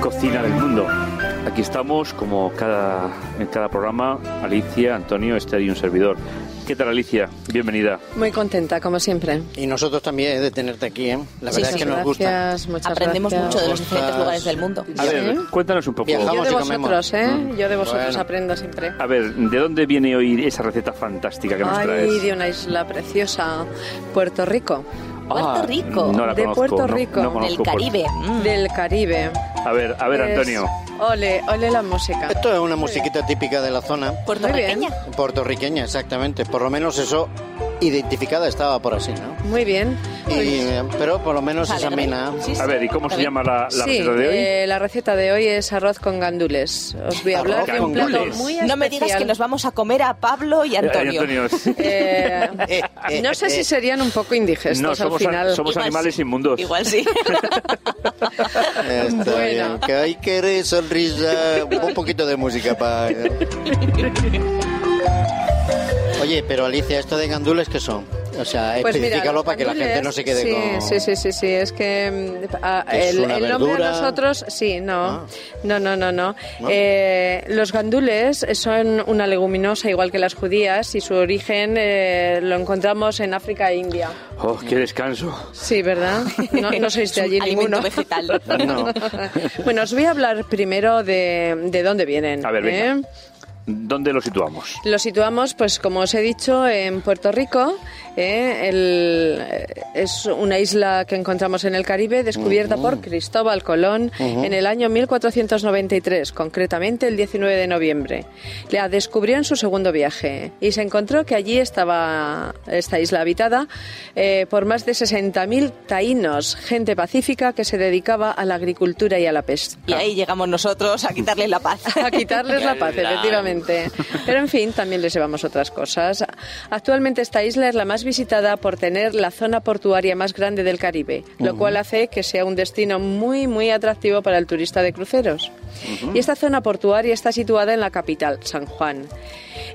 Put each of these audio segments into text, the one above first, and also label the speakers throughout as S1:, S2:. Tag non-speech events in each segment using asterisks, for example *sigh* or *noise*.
S1: Cocina del mundo. Aquí estamos, como cada, en cada programa, Alicia, Antonio, Esther y un servidor. ¿Qué tal, Alicia? Bienvenida.
S2: Muy contenta, como siempre.
S3: Y nosotros también eh, de tenerte aquí, ¿eh? La verdad es que nos gusta.
S2: gracias, muchas
S4: Aprendemos
S2: gracias.
S4: mucho de los
S3: Ostras.
S4: diferentes lugares del mundo.
S1: A ver, cuéntanos un poco.
S3: Viajamos.
S2: Yo de
S3: y comemos.
S2: vosotros, ¿eh? Yo de vosotros
S3: Bueno.
S2: aprendo siempre.
S1: A ver, ¿de dónde viene hoy esa receta fantástica que nos
S2: Ay,
S1: traes?
S2: de una isla preciosa, Puerto Rico,
S4: Puerto Rico.
S1: Ah, No la
S2: De
S1: conozco,
S2: Puerto
S1: no-
S2: Rico.
S1: no
S4: Del
S1: conozco Puerto-
S4: Caribe. Mm.
S2: del Caribe.
S1: A ver, a ver,
S2: Es-
S1: Antonio.
S2: Ole, ole la música.
S3: Esto es una musiquita típica de la zona.
S4: Puertorriqueña.
S2: Muy
S3: Puertorriqueña, exactamente. Por lo menos eso identificada estaba por así, ¿no?
S2: Muy bien.
S3: Y, eh, pero por lo menos
S4: Vale,
S3: esa
S4: también.
S3: mina.
S4: Sí, sí.
S1: A ver, ¿y cómo se
S4: También.
S1: llama la, la
S2: sí,
S1: receta de hoy?
S2: eh, la receta de hoy es arroz con gandules. Os voy a
S3: Arroz
S2: hablar de
S3: con
S2: un plato
S1: gandules.
S2: muy especial.
S4: No me digas que nos vamos a comer a Pablo y
S1: Eh,
S2: *laughs*
S4: Antonio.
S1: sí.
S2: Eh,
S1: *laughs*
S3: *laughs*
S2: no sé
S3: eh,
S2: si serían un poco indigestos
S1: No,
S2: al
S1: somos, a-
S2: final.
S1: somos
S4: Igual
S1: animales
S4: sí.
S1: inmundos.
S4: Igual sí.
S3: Está
S2: Bueno.
S3: bien. Que hay que re- sonrisa, un poquito de música eh. para. Oye, pero Alicia, ¿esto de gandules qué son? O sea,
S2: Pues mira,
S3: especificalo
S2: los
S3: para que la gente
S2: gandules,
S3: no se quede
S2: sí,
S3: con.
S2: Sí, sí, sí, sí, es que mm, a-
S3: Que es
S2: el,
S3: una
S2: el nombre
S3: verdura.
S2: a nosotros, sí, no,
S3: Ah.
S2: no, no, no, no.
S3: No.
S2: Eh, los gandules son una leguminosa igual que las judías y su origen eh, lo encontramos en África e India.
S1: Oh, qué descanso.
S2: Sí, ¿verdad? *laughs* No, no sois
S3: *laughs*
S4: Es
S2: de
S4: un
S2: allí
S4: alimento
S2: ninguno.
S4: vegetal.
S3: No.
S2: *laughs* bueno, os voy a hablar primero de, de dónde vienen.
S1: A ver,
S2: ¿eh?
S1: venga. ¿Dónde lo situamos?
S2: Lo situamos, pues como os he dicho, en Puerto Rico. ¿eh? El- eh, es una isla que encontramos en el Caribe, descubierta por Cristóbal Colón en el año 1493, concretamente el 19 de noviembre. La descubrió en su segundo viaje y se encontró que allí estaba esta isla habitada eh, por más de 60.000 taínos, gente pacífica que se dedicaba a la agricultura y a la pesca
S4: Y ahí llegamos
S1: *laughs*
S4: nosotros a quitarle la paz.
S2: *laughs* a quitarles la paz, efectivamente. Pero en fin, también les llevamos otras cosas. Actualmente esta isla es la más visitada por tener la zona portuaria más grande del Caribe, lo cual hace que sea un destino muy, muy atractivo para el turista de cruceros. Y esta zona portuaria está situada en la capital, San Juan.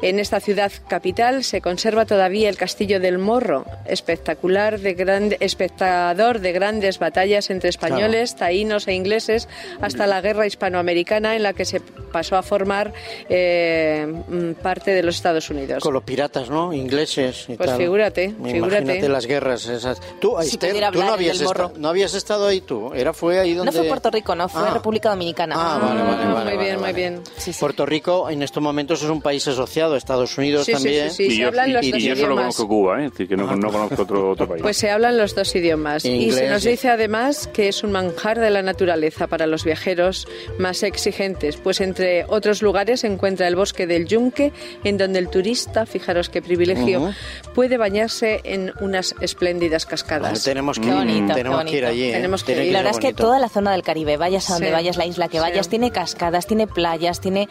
S2: En esta ciudad capital se conserva todavía el Castillo del Morro, espectacular de gran, espectador de grandes batallas entre españoles, taínos e ingleses, hasta la guerra hispanoamericana en la que se pasó a formar eh, mm, parte de los Estados Unidos.
S3: Con los piratas, ¿no? Ingleses y
S2: Pues
S3: tal.
S2: figúrate, figúrate.
S3: Imagínate las guerras esas. Tú,
S4: Si
S3: Esther,
S4: pudiera
S3: tú no
S4: hablar el
S3: habías,
S4: del morro.
S3: esta- no habías estado ahí tú. Era fue ahí donde...
S4: No fue Puerto Rico, no, fue
S3: Ah.
S4: República Dominicana.
S3: Ah, vale, vale,
S2: Ah,
S3: vale.
S2: muy
S3: vale,
S2: bien, muy
S3: vale.
S2: bien.
S4: Sí, sí.
S3: Puerto Rico en estos momentos es un país asociado a Estados Unidos
S2: Sí, sí,
S3: también.
S2: sí, sí. Y se hablan los
S1: y-
S2: dos
S1: y yo solo
S2: idiomas.
S1: conozco Cuba, ¿eh? es decir, que no, no conozco otro,
S2: *laughs*
S1: otro país.
S2: Pues se hablan los dos idiomas y se
S3: Inglés,
S2: nos
S3: sí.
S2: dice además que es un manjar de la naturaleza para los viajeros más exigentes, pues entre otros lugares se encuentra el bosque del Yunque, en donde el turista, fijaros qué privilegio, puede bañarse en unas espléndidas
S3: Ah,
S2: cascadas.
S3: tenemos que,
S4: Qué bonito,
S3: tenemos
S4: qué
S3: que ir
S4: bonito.
S3: allí. ¿eh?
S2: Tenemos que
S3: Tiene
S2: ir.
S4: Y la
S3: ser
S4: verdad es que
S3: bonito.
S4: toda la zona del Caribe, vayas a donde
S2: Sí.
S4: vayas, la isla que vayas,
S2: Sí.
S4: tiene cascadas, tiene playas, tiene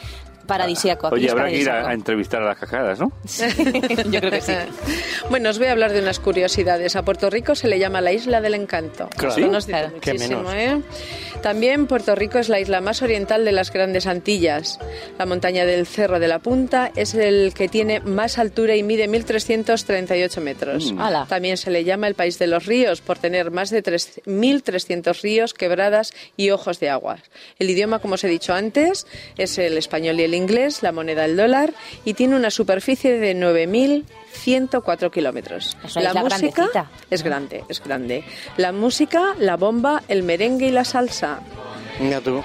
S4: paradisíaco. aquí
S1: Oye,
S4: es
S1: habrá que ir a, a
S4: paradisíaco.
S1: entrevistar a las cajadas, ¿no?
S4: *laughs* Yo creo
S2: *laughs*
S4: que sí.
S2: bueno, os voy a hablar de unas curiosidades. A Puerto Rico se le llama la isla del encanto.
S1: Claro.
S2: Esto nos dice
S4: Claro.
S3: Qué
S2: muchísimo,
S3: menos.
S2: ¿eh? También Puerto Rico es la isla más oriental de las Grandes Antillas. La montaña del Cerro de la Punta es el que tiene más altura y mide 1.338 metros.
S1: Mm.
S4: Ala.
S2: También se le llama el país de los ríos por tener más de 3 1.300 ríos, quebradas y ojos de agua. El idioma, como os he dicho antes, es el español y el inglés, la moneda el dólar y tiene una superficie de 9.104 kilómetros.
S4: Es una
S2: La
S4: isla
S2: música
S4: grandecita.
S2: es grande, es grande. La música, la bomba, el merengue y la salsa.
S3: Mira tú.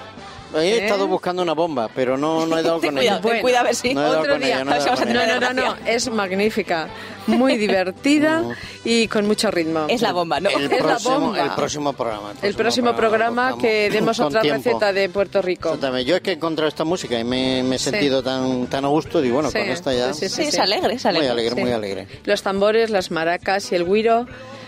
S3: He
S2: ¿Eh?
S3: estado buscando una bomba, pero no, no he dado
S4: Ten
S3: con ella.
S4: cuidado, ten cuidado a ver si
S3: No he dado
S4: otro
S3: con
S4: día.
S3: ella, no
S4: a
S3: he
S4: ver si
S3: dado
S4: vamos a
S3: con
S4: tener
S2: No,
S3: ella.
S2: no, no, no, es magnífica,
S4: *laughs*
S2: muy divertida y con mucho ritmo.
S4: *laughs* Es la bomba, ¿no?
S3: El,
S2: Es la
S3: próximo,
S2: bomba.
S3: el próximo programa.
S2: El próximo programa
S3: estamos
S2: que demos
S3: con
S2: otra
S3: tiempo.
S2: receta de Puerto Rico.
S3: Exactamente. Yo es que he encontrado esta música y me, me he
S2: Sí.
S3: sentido tan, tan a gusto. Digo, bueno,
S2: Sí,
S3: con esta ya.
S2: sí,
S4: Sí,
S2: sí,
S4: es
S2: sí.
S4: alegre, es
S3: Muy
S4: alegre.
S3: alegre,
S2: Sí.
S3: muy alegre.
S2: Los tambores, las maracas y el guiro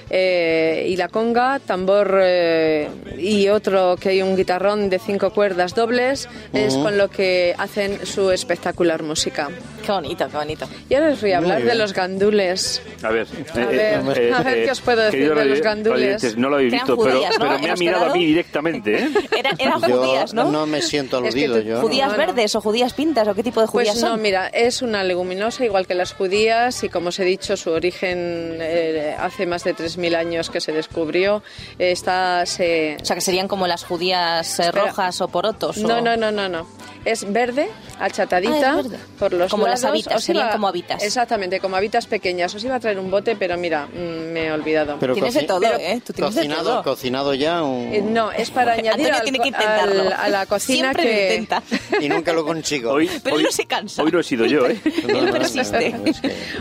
S2: eh, y la conga, tambor eh, y otro que hay un guitarrón de cinco cuerdas dobles, es
S4: Ujú.
S2: con lo que hacen su espectacular música.
S4: Qué bonito, qué bonito.
S2: Y ahora os voy a
S1: Muy
S2: hablar de
S1: bien.
S2: los gandules.
S1: A ver, eh,
S2: A ver, a ver qué os puedo decir
S1: queridos
S2: de los
S1: radio-
S2: gandules.
S1: radioyentes, No lo habéis
S2: Eran
S1: visto,
S2: judías,
S1: pero,
S2: ¿no?
S1: pero me ha
S2: ¿Hemos
S1: mirado
S2: quedado?
S1: a mí directamente.
S2: *laughs*
S1: ¿eh?
S4: eran
S3: Yo
S4: judías, ¿no?
S3: No me siento
S2: Es que
S3: aludido.
S2: tú-
S3: yo, no.
S4: ¿Judías verdes o judías pintas o qué tipo de judías
S2: Pues no,
S4: son?
S2: mira, es una leguminosa igual que las judías y como os he dicho, su origen eh, hace más de 3.000 años que se descubrió. Está, se...
S4: O sea, que serían como las judías eh,
S2: Espera.
S4: rojas o porotos.
S2: No,
S4: o...
S2: no, no, no, no. Es verde, achatadita,
S4: Ah, es verde.
S2: por los
S4: Como las
S2: lados.
S4: habitas,
S2: Os
S4: serían
S2: iba-
S4: como habitas.
S2: Exactamente, como habitas pequeñas. Os iba a traer un bote, pero mira, mm, me he olvidado.
S3: Pero coci- pero
S2: eh,
S4: ¿eh?
S3: cocinado,
S2: todo.
S3: cocinado ya un-
S2: Eh, No, es para añadir
S4: Antonio
S2: al-
S4: tiene que
S2: al-
S4: intentarlo.
S2: a la cocina
S4: Siempre
S2: que...
S4: lo intenta.
S3: y nunca lo consigo.
S1: Hoy,
S4: Pero
S1: hoy-
S4: él no se cansa.
S1: hoy no he sido yo,
S2: *laughs*
S1: ¿eh?
S4: Él persiste.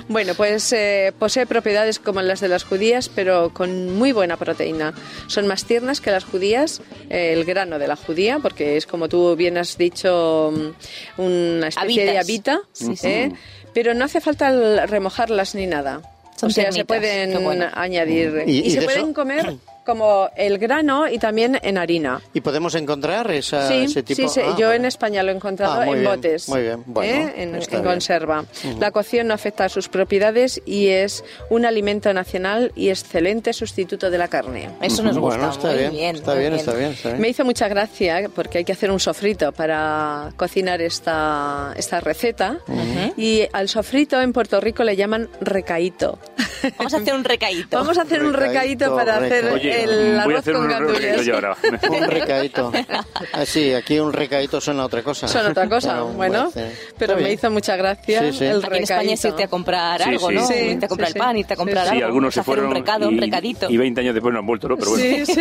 S2: Bueno, pues eh, posee propiedades como las de las judías, pero con muy buena proteína. Son más tiernas que las judías, eh, el grano de la judía, porque es como tú bien has dicho, mm, una especie de
S4: Habitas.
S2: habita,
S4: Sí, sí.
S2: ¿eh? pero no hace falta el- remojarlas ni nada.
S4: Son
S2: o sea, se
S4: tiernitas,
S2: pueden
S4: qué bueno.
S2: añadir.
S3: ¿Y-
S2: Y,
S3: y
S2: se
S3: de
S2: pueden
S3: eso?
S2: comer como el grano y también en harina.
S3: ¿Y podemos encontrar esa,
S2: Sí,
S3: ese tipo?
S2: sí, sí.
S3: Ah,
S2: yo
S3: vale.
S2: en España lo he encontrado
S3: Ah, muy
S2: en
S3: bien,
S2: botes.
S3: muy bien. Bueno,
S2: ¿eh? En,
S3: está
S2: en
S3: bien.
S2: conserva. La cocción no afecta a sus propiedades y es un alimento nacional y excelente sustituto de la carne.
S4: Eso nos gusta.
S3: Bueno, está
S4: muy
S3: bien,
S4: bien,
S3: está
S4: muy
S3: bien, está bien, está bien.
S2: Me hizo mucha gracia porque hay que hacer un sofrito para cocinar esta, esta receta. Y al sofrito en Puerto Rico le llaman
S3: *laughs*
S2: recaíto.
S4: Vamos a hacer un recaíto.
S2: Vamos a hacer un
S3: Recaíto,
S2: recaíto para hacer
S3: recaíto.
S1: Oye,
S2: el
S1: voy a
S2: arroz
S1: hacer
S2: con
S1: un recorrido
S2: gandules.
S1: yo
S2: *laughs*
S1: ahora.
S3: *laughs* Un recaíto. Ah, sí, aquí un recaíto suena a otra cosa.
S2: Son otra cosa,
S3: Claro,
S2: bueno,
S3: puede ser.
S2: pero
S3: Está
S2: me
S3: bien.
S2: hizo mucha gracia
S3: Sí, sí.
S2: el
S4: Aquí en España es
S2: recaíto.
S4: irte a comprar
S1: Sí,
S4: algo,
S1: sí.
S4: ¿no?
S1: Sí,
S4: irte a comprar
S2: sí,
S4: el pan,
S2: sí.
S4: irte a
S2: Sí,
S4: comprar
S1: Sí,
S4: algo.
S1: algunos
S4: Vamos a
S1: se
S4: hacer
S1: fueron
S4: un recado,
S1: y,
S4: un recadito.
S1: y 20 años después no han vuelto, ¿no? Pero bueno. Mm.
S2: Sí,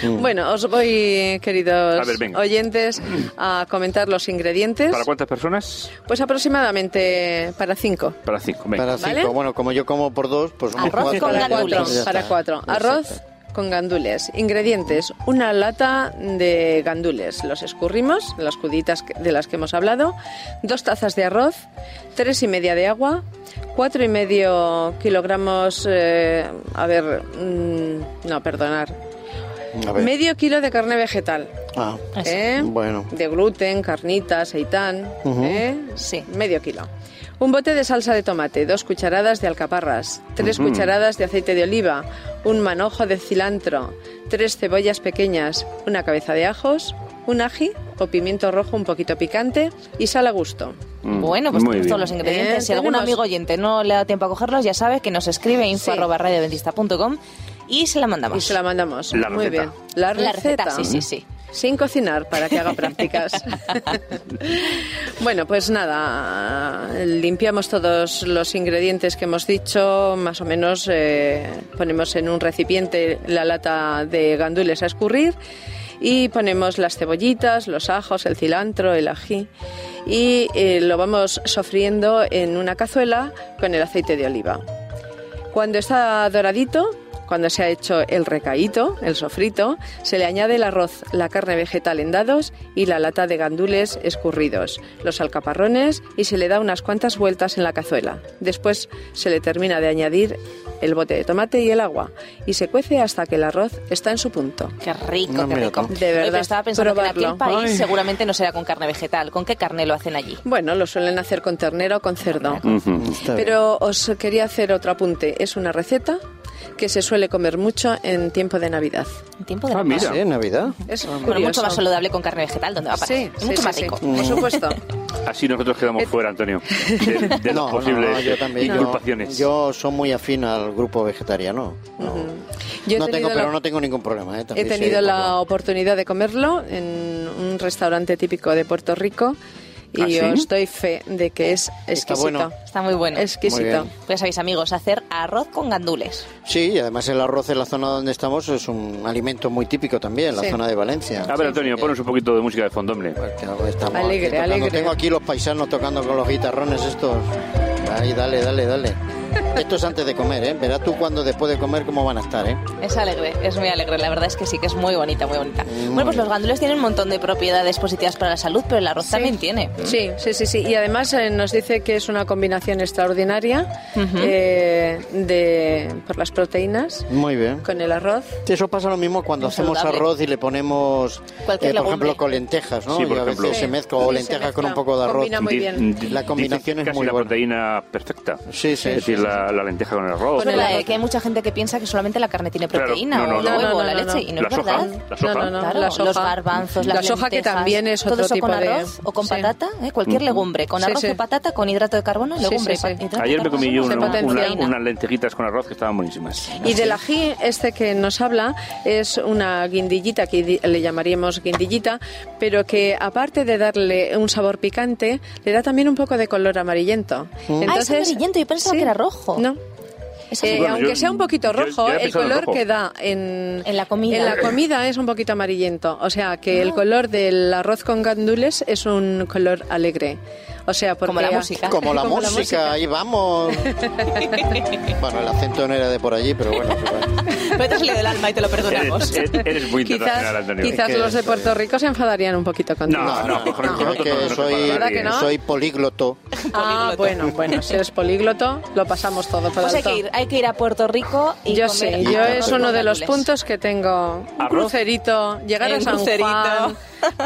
S2: sí.
S1: *laughs*
S2: bueno, os voy, queridos
S1: A ver, venga.
S2: oyentes, a comentar los ingredientes.
S1: ¿Para cuántas personas?
S2: Pues aproximadamente para cinco.
S1: Para cinco, venga.
S3: Para cinco.
S2: ¿Vale?
S3: Bueno, como yo como por dos, pues somos
S4: Arroz
S3: cuatro.
S4: con
S2: para
S4: gandules.
S2: cuatro.
S3: Ya está.
S2: Para cuatro. Arroz con gandules. Ingredientes. Una lata de gandules. Los escurrimos, las cuditas que- de las que hemos hablado. Dos tazas de arroz. Tres y media de agua. Cuatro y medio kilogramos... eh, a ver... mm, no, perdonar.
S3: A ver.
S2: Medio kilo de carne vegetal.
S3: Ah,
S2: ¿eh?
S3: Bueno.
S2: De gluten, carnitas, seitán,
S3: Ujú.
S2: ¿eh?
S4: Sí.
S2: medio kilo. Un bote de salsa de tomate, dos cucharadas de alcaparras, tres
S1: Ujú.
S2: cucharadas de aceite de oliva, un manojo de cilantro, tres cebollas pequeñas, una cabeza de ajos, un ají o pimiento rojo un poquito picante y sal a gusto.
S1: Mm,
S4: Bueno, pues
S1: muy
S4: tenemos todos
S1: bien.
S4: los ingredientes.
S2: Eh,
S4: si algún
S2: tenemos-
S4: amigo oyente no le da tiempo a cogerlos, ya sabe que nos escribe
S2: Sí.
S4: info arroba radioventista.com y se la mandamos.
S2: Y se la mandamos.
S1: La
S2: Muy
S1: receta.
S2: bien. La receta.
S4: La sí, sí, sí.
S2: Sin cocinar, para que haga prácticas. bueno, pues nada, limpiamos todos los ingredientes que hemos dicho, más o menos eh, ponemos en un recipiente la lata de gandules a escurrir y ponemos las cebollitas, los ajos, el cilantro, el ají y eh, lo vamos sofriendo en una cazuela con el aceite de oliva. Cuando está doradito, cuando se ha hecho el recaíto, el sofrito, se le añade el arroz, la carne vegetal en dados y la lata de gandules escurridos, los alcaparrones y se le da unas cuantas vueltas en la cazuela. Después se le termina de añadir el bote de tomate y el agua y se cuece hasta que el arroz está en su punto.
S4: Qué rico,
S3: No,
S4: qué
S3: mira
S4: rico.
S2: De
S3: tú.
S4: Oye, pero
S2: verdad,
S4: estaba pensando que en aquel
S2: probarlo.
S4: país
S1: Ay.
S4: seguramente no será con carne vegetal. ¿Con qué carne lo hacen allí?
S2: Bueno, lo suelen hacer con ternera o con cerdo.
S1: Ujú.
S3: Mm, Está bien.
S2: Pero os quería hacer otro apunte. Es una receta que se suele comer mucho en tiempo de Navidad.
S4: En tiempo de
S1: Ah,
S4: la
S1: mira.
S4: paz.
S3: Sí, en Navidad.
S2: Es
S4: Bueno, mucho
S2: curioso.
S4: más saludable con carne vegetal, donde va a parar?
S2: Sí,
S4: Ah, Es
S2: sí,
S4: mucho
S2: sí,
S4: más
S2: sí.
S4: rico.
S2: Por
S4: *laughs*
S2: supuesto.
S1: Así nosotros
S2: Eh,
S1: quedamos fuera,
S2: *laughs*
S1: Antonio, de, de las posibles
S3: yo también. yo-
S1: inculpaciones.
S3: Yo, soy muy afín al grupo vegetariano. No,
S2: Yo he
S3: No tengo,
S2: tenido
S3: pero
S2: la-
S3: no tengo ningún problema. ¿eh?
S2: He
S3: También
S2: tenido
S3: sí,
S2: la
S3: como-
S2: oportunidad de comerlo en un restaurante típico de Puerto Rico y
S1: ¿Ah, sí?
S2: os doy fe de que es
S3: Está
S2: exquisito.
S3: bueno.
S4: Está muy bueno.
S2: Exquisito.
S3: Muy bien.
S4: Pues sabéis, amigos, hacer arroz con gandules.
S3: Sí, y además el arroz en la zona donde estamos es un alimento muy típico también, la
S2: Sí.
S3: zona de Valencia. Pues,
S1: A ver, Antonio, ponos un poquito de música de fondo, hombre.
S3: Estamos aquí
S2: Alegre,
S3: tocando.
S2: alegre. *laughs*
S3: Tengo aquí los paisanos tocando con los guitarrones estos. Ahí, dale, dale, dale. Esto es antes de comer, ¿eh? Verás tú cuando después de comer cómo van a estar, ¿eh?
S4: Es alegre, es muy alegre. La verdad es que sí, que es muy bonita, muy bonita. bueno, pues los gandules tienen un montón de propiedades positivas para la salud, pero el arroz también tiene.
S2: Sí, sí, sí, sí. Y además eh, nos dice que es una combinación extraordinaria
S4: Ujú.
S2: eh, de, por las proteínas
S3: Muy bien.
S2: con el arroz.
S3: Sí, Eso pasa lo mismo cuando
S4: Muy
S3: hacemos
S4: saludable.
S3: arroz y le ponemos, eh,
S4: Cualquier
S3: por
S4: legumbre.
S3: ejemplo, con lentejas, ¿no?
S1: Sí, por
S3: y a veces
S1: ejemplo.
S3: se mezcla o
S2: Sí, se
S3: lentejas con un
S2: mezcla.
S3: poco de arroz.
S2: Combina muy
S1: Di-
S2: bien.
S1: di-
S3: La
S1: dicen
S3: combinación
S1: que
S3: es
S1: casi
S3: muy
S1: la
S3: buena.
S1: proteína perfecta.
S3: Sí, sí,
S1: Es
S3: sí,
S1: decir,
S3: sí,
S1: la, la lenteja con el arroz.
S4: Bueno, la-
S1: la-
S4: eh, que hay mucha gente que piensa que solamente la carne tiene
S1: Claro,
S4: proteína,
S1: no, no,
S4: o el
S1: no.
S4: huevo,
S2: No, no,
S4: la
S2: no,
S4: leche,
S2: no.
S4: y no
S1: la
S4: es
S1: soja,
S4: verdad.
S1: la soja.
S2: No, no, no.
S4: Claro,
S2: la soja.
S4: los garbanzos, las
S2: La soja que
S4: lentejas,
S2: también es otro
S4: todo eso
S2: tipo
S4: con
S2: de-
S4: arroz o con
S2: sí.
S4: patata, ¿eh? cualquier
S1: Mm.
S4: legumbre, con
S2: Sí,
S4: arroz
S2: sí.
S4: o patata, con hidrato de carbono,
S2: Sí,
S4: legumbre.
S2: sí, sí.
S4: y pat- hidrato de
S1: Ayer me
S4: carbono
S1: comí yo
S4: son
S1: una-
S4: las
S1: una-
S4: proteínas.
S1: unas lentejitas con arroz que estaban buenísimas.
S2: Y del ají este que nos habla es una guindillita, que di- le llamaríamos guindillita, pero que aparte de darle un sabor picante, le da también un poco de color amarillento.
S4: Ah, es amarillento, yo pensaba que era rojo.
S2: No.
S4: Esa
S2: Eh,
S4: es
S1: Bueno,
S2: aunque
S1: yo-
S2: sea un poquito
S1: yo- yo
S2: rojo,
S1: había
S2: el
S1: pensado en
S2: color
S1: rojo.
S2: que da en,
S4: En la comida. Ah.
S2: en la comida es un poquito amarillento. O sea, que el color del arroz con gandules es un color alegre. O sea, porque
S4: Como la música.
S3: Como
S2: *laughs*
S3: la música,
S2: música. *laughs*
S3: ahí vamos. bueno, el acento no era de por allí, pero bueno. igual.
S4: Métesele del alma y te
S2: *laughs*
S4: lo
S1: Eres,
S4: perdonamos.
S1: eres- eres muy internacional,
S2: Quizás,
S1: Antonio.
S2: quizás
S3: Es que
S2: los de
S3: soy-
S2: Puerto Rico se enfadarían un poquito contigo.
S1: eh, No, Ah, no, con- con
S3: Yo
S1: otro tono no
S3: que
S1: te
S3: soy,
S1: pasa
S2: ¿Verdad que no?
S3: soy polígloto.
S2: Ah,
S4: Polígloto.
S2: bueno, bueno, si eres polígloto, lo pasamos todo por
S4: Pues hay
S2: alto.
S4: que, ir, hay que ir a Puerto Rico y
S2: yo
S4: comer
S2: sé,
S4: arroz
S2: yo es
S4: con
S2: uno de los
S4: gandules.
S2: puntos que tengo. Un
S1: ¿Arroz?
S2: crucerito, llegar a
S4: Un
S2: San
S4: crucerito.
S2: Juan,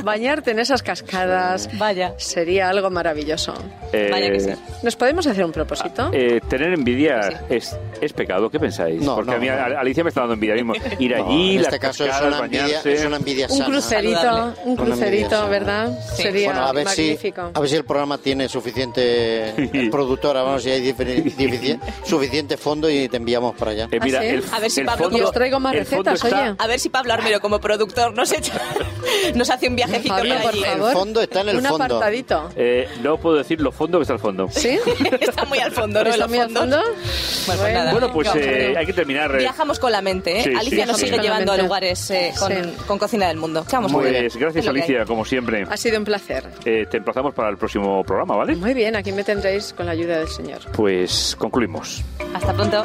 S2: bañarte en esas cascadas,
S4: Vaya.
S2: sería algo maravilloso.
S1: Eh,
S4: Vaya que sí.
S2: ¿Nos podemos hacer un
S3: Ah,
S2: propósito?
S1: eh, tener envidia
S4: Sí.
S1: es, es pecado, ¿qué pensáis?
S3: No,
S1: Porque
S3: no,
S1: a mí
S3: no.
S1: a- Alicia me está dando envidia mismo. Ir
S3: No,
S1: allí,
S3: en
S1: las
S3: este caso es
S1: cascadas,
S3: una envidia,
S1: bañarse.
S3: es una envidia
S2: un
S3: sana.
S2: crucerito,
S4: Saludable.
S2: un
S3: Una envidia
S2: crucerito,
S3: sana.
S2: ¿verdad?
S4: Sí.
S2: Sería
S3: Bueno, a ver, si,
S2: magnífico.
S3: a ver si el programa tiene suficiente
S1: *laughs*
S3: el productora, vamos, si hay difer- difici- suficiente fondo y te enviamos para allá.
S1: Eh, mira,
S2: ¿Ah, sí?
S1: el,
S4: A ver si
S1: el
S4: Pablo-
S1: fondo-
S4: Y os
S2: traigo más
S1: el fondo
S2: recetas,
S1: está-
S2: oye.
S4: A ver si Pablo Armero como productor nos echa, *laughs* nos hace un viajecito
S2: Pablo,
S4: por
S2: por
S4: allí.
S2: favor.
S3: fondo está en el
S2: un
S3: fondo.
S2: apartadito.
S1: eh, no puedo decir lo fondo que está al fondo.
S4: *laughs*
S2: ¿Sí?
S4: *laughs* Está muy al fondo, ¿no? En
S2: ¿Está
S4: los
S2: muy al
S4: fondos.
S2: fondo?
S4: Bueno, pues nada.
S1: Bueno, pues
S2: venga,
S1: eh,
S2: Antonio.
S1: hay que terminar. eh,
S4: Viajamos con la mente, ¿eh?
S1: Sí,
S4: Alicia
S1: sí,
S4: nos
S1: sí.
S4: sigue
S2: Con la
S4: llevando a
S2: mente.
S4: lugares eh, con,
S2: Sí.
S4: con cocina del mundo. ¿Qué vamos a
S1: pues
S4: comer? Es
S1: gracias,
S4: lo que
S1: Alicia, como siempre.
S2: Ha sido un placer.
S1: Eh, te emplazamos para el próximo programa, ¿vale?
S2: Muy bien, aquí me tendréis con la ayuda del Señor.
S1: Pues concluimos.
S4: hay. Hasta pronto.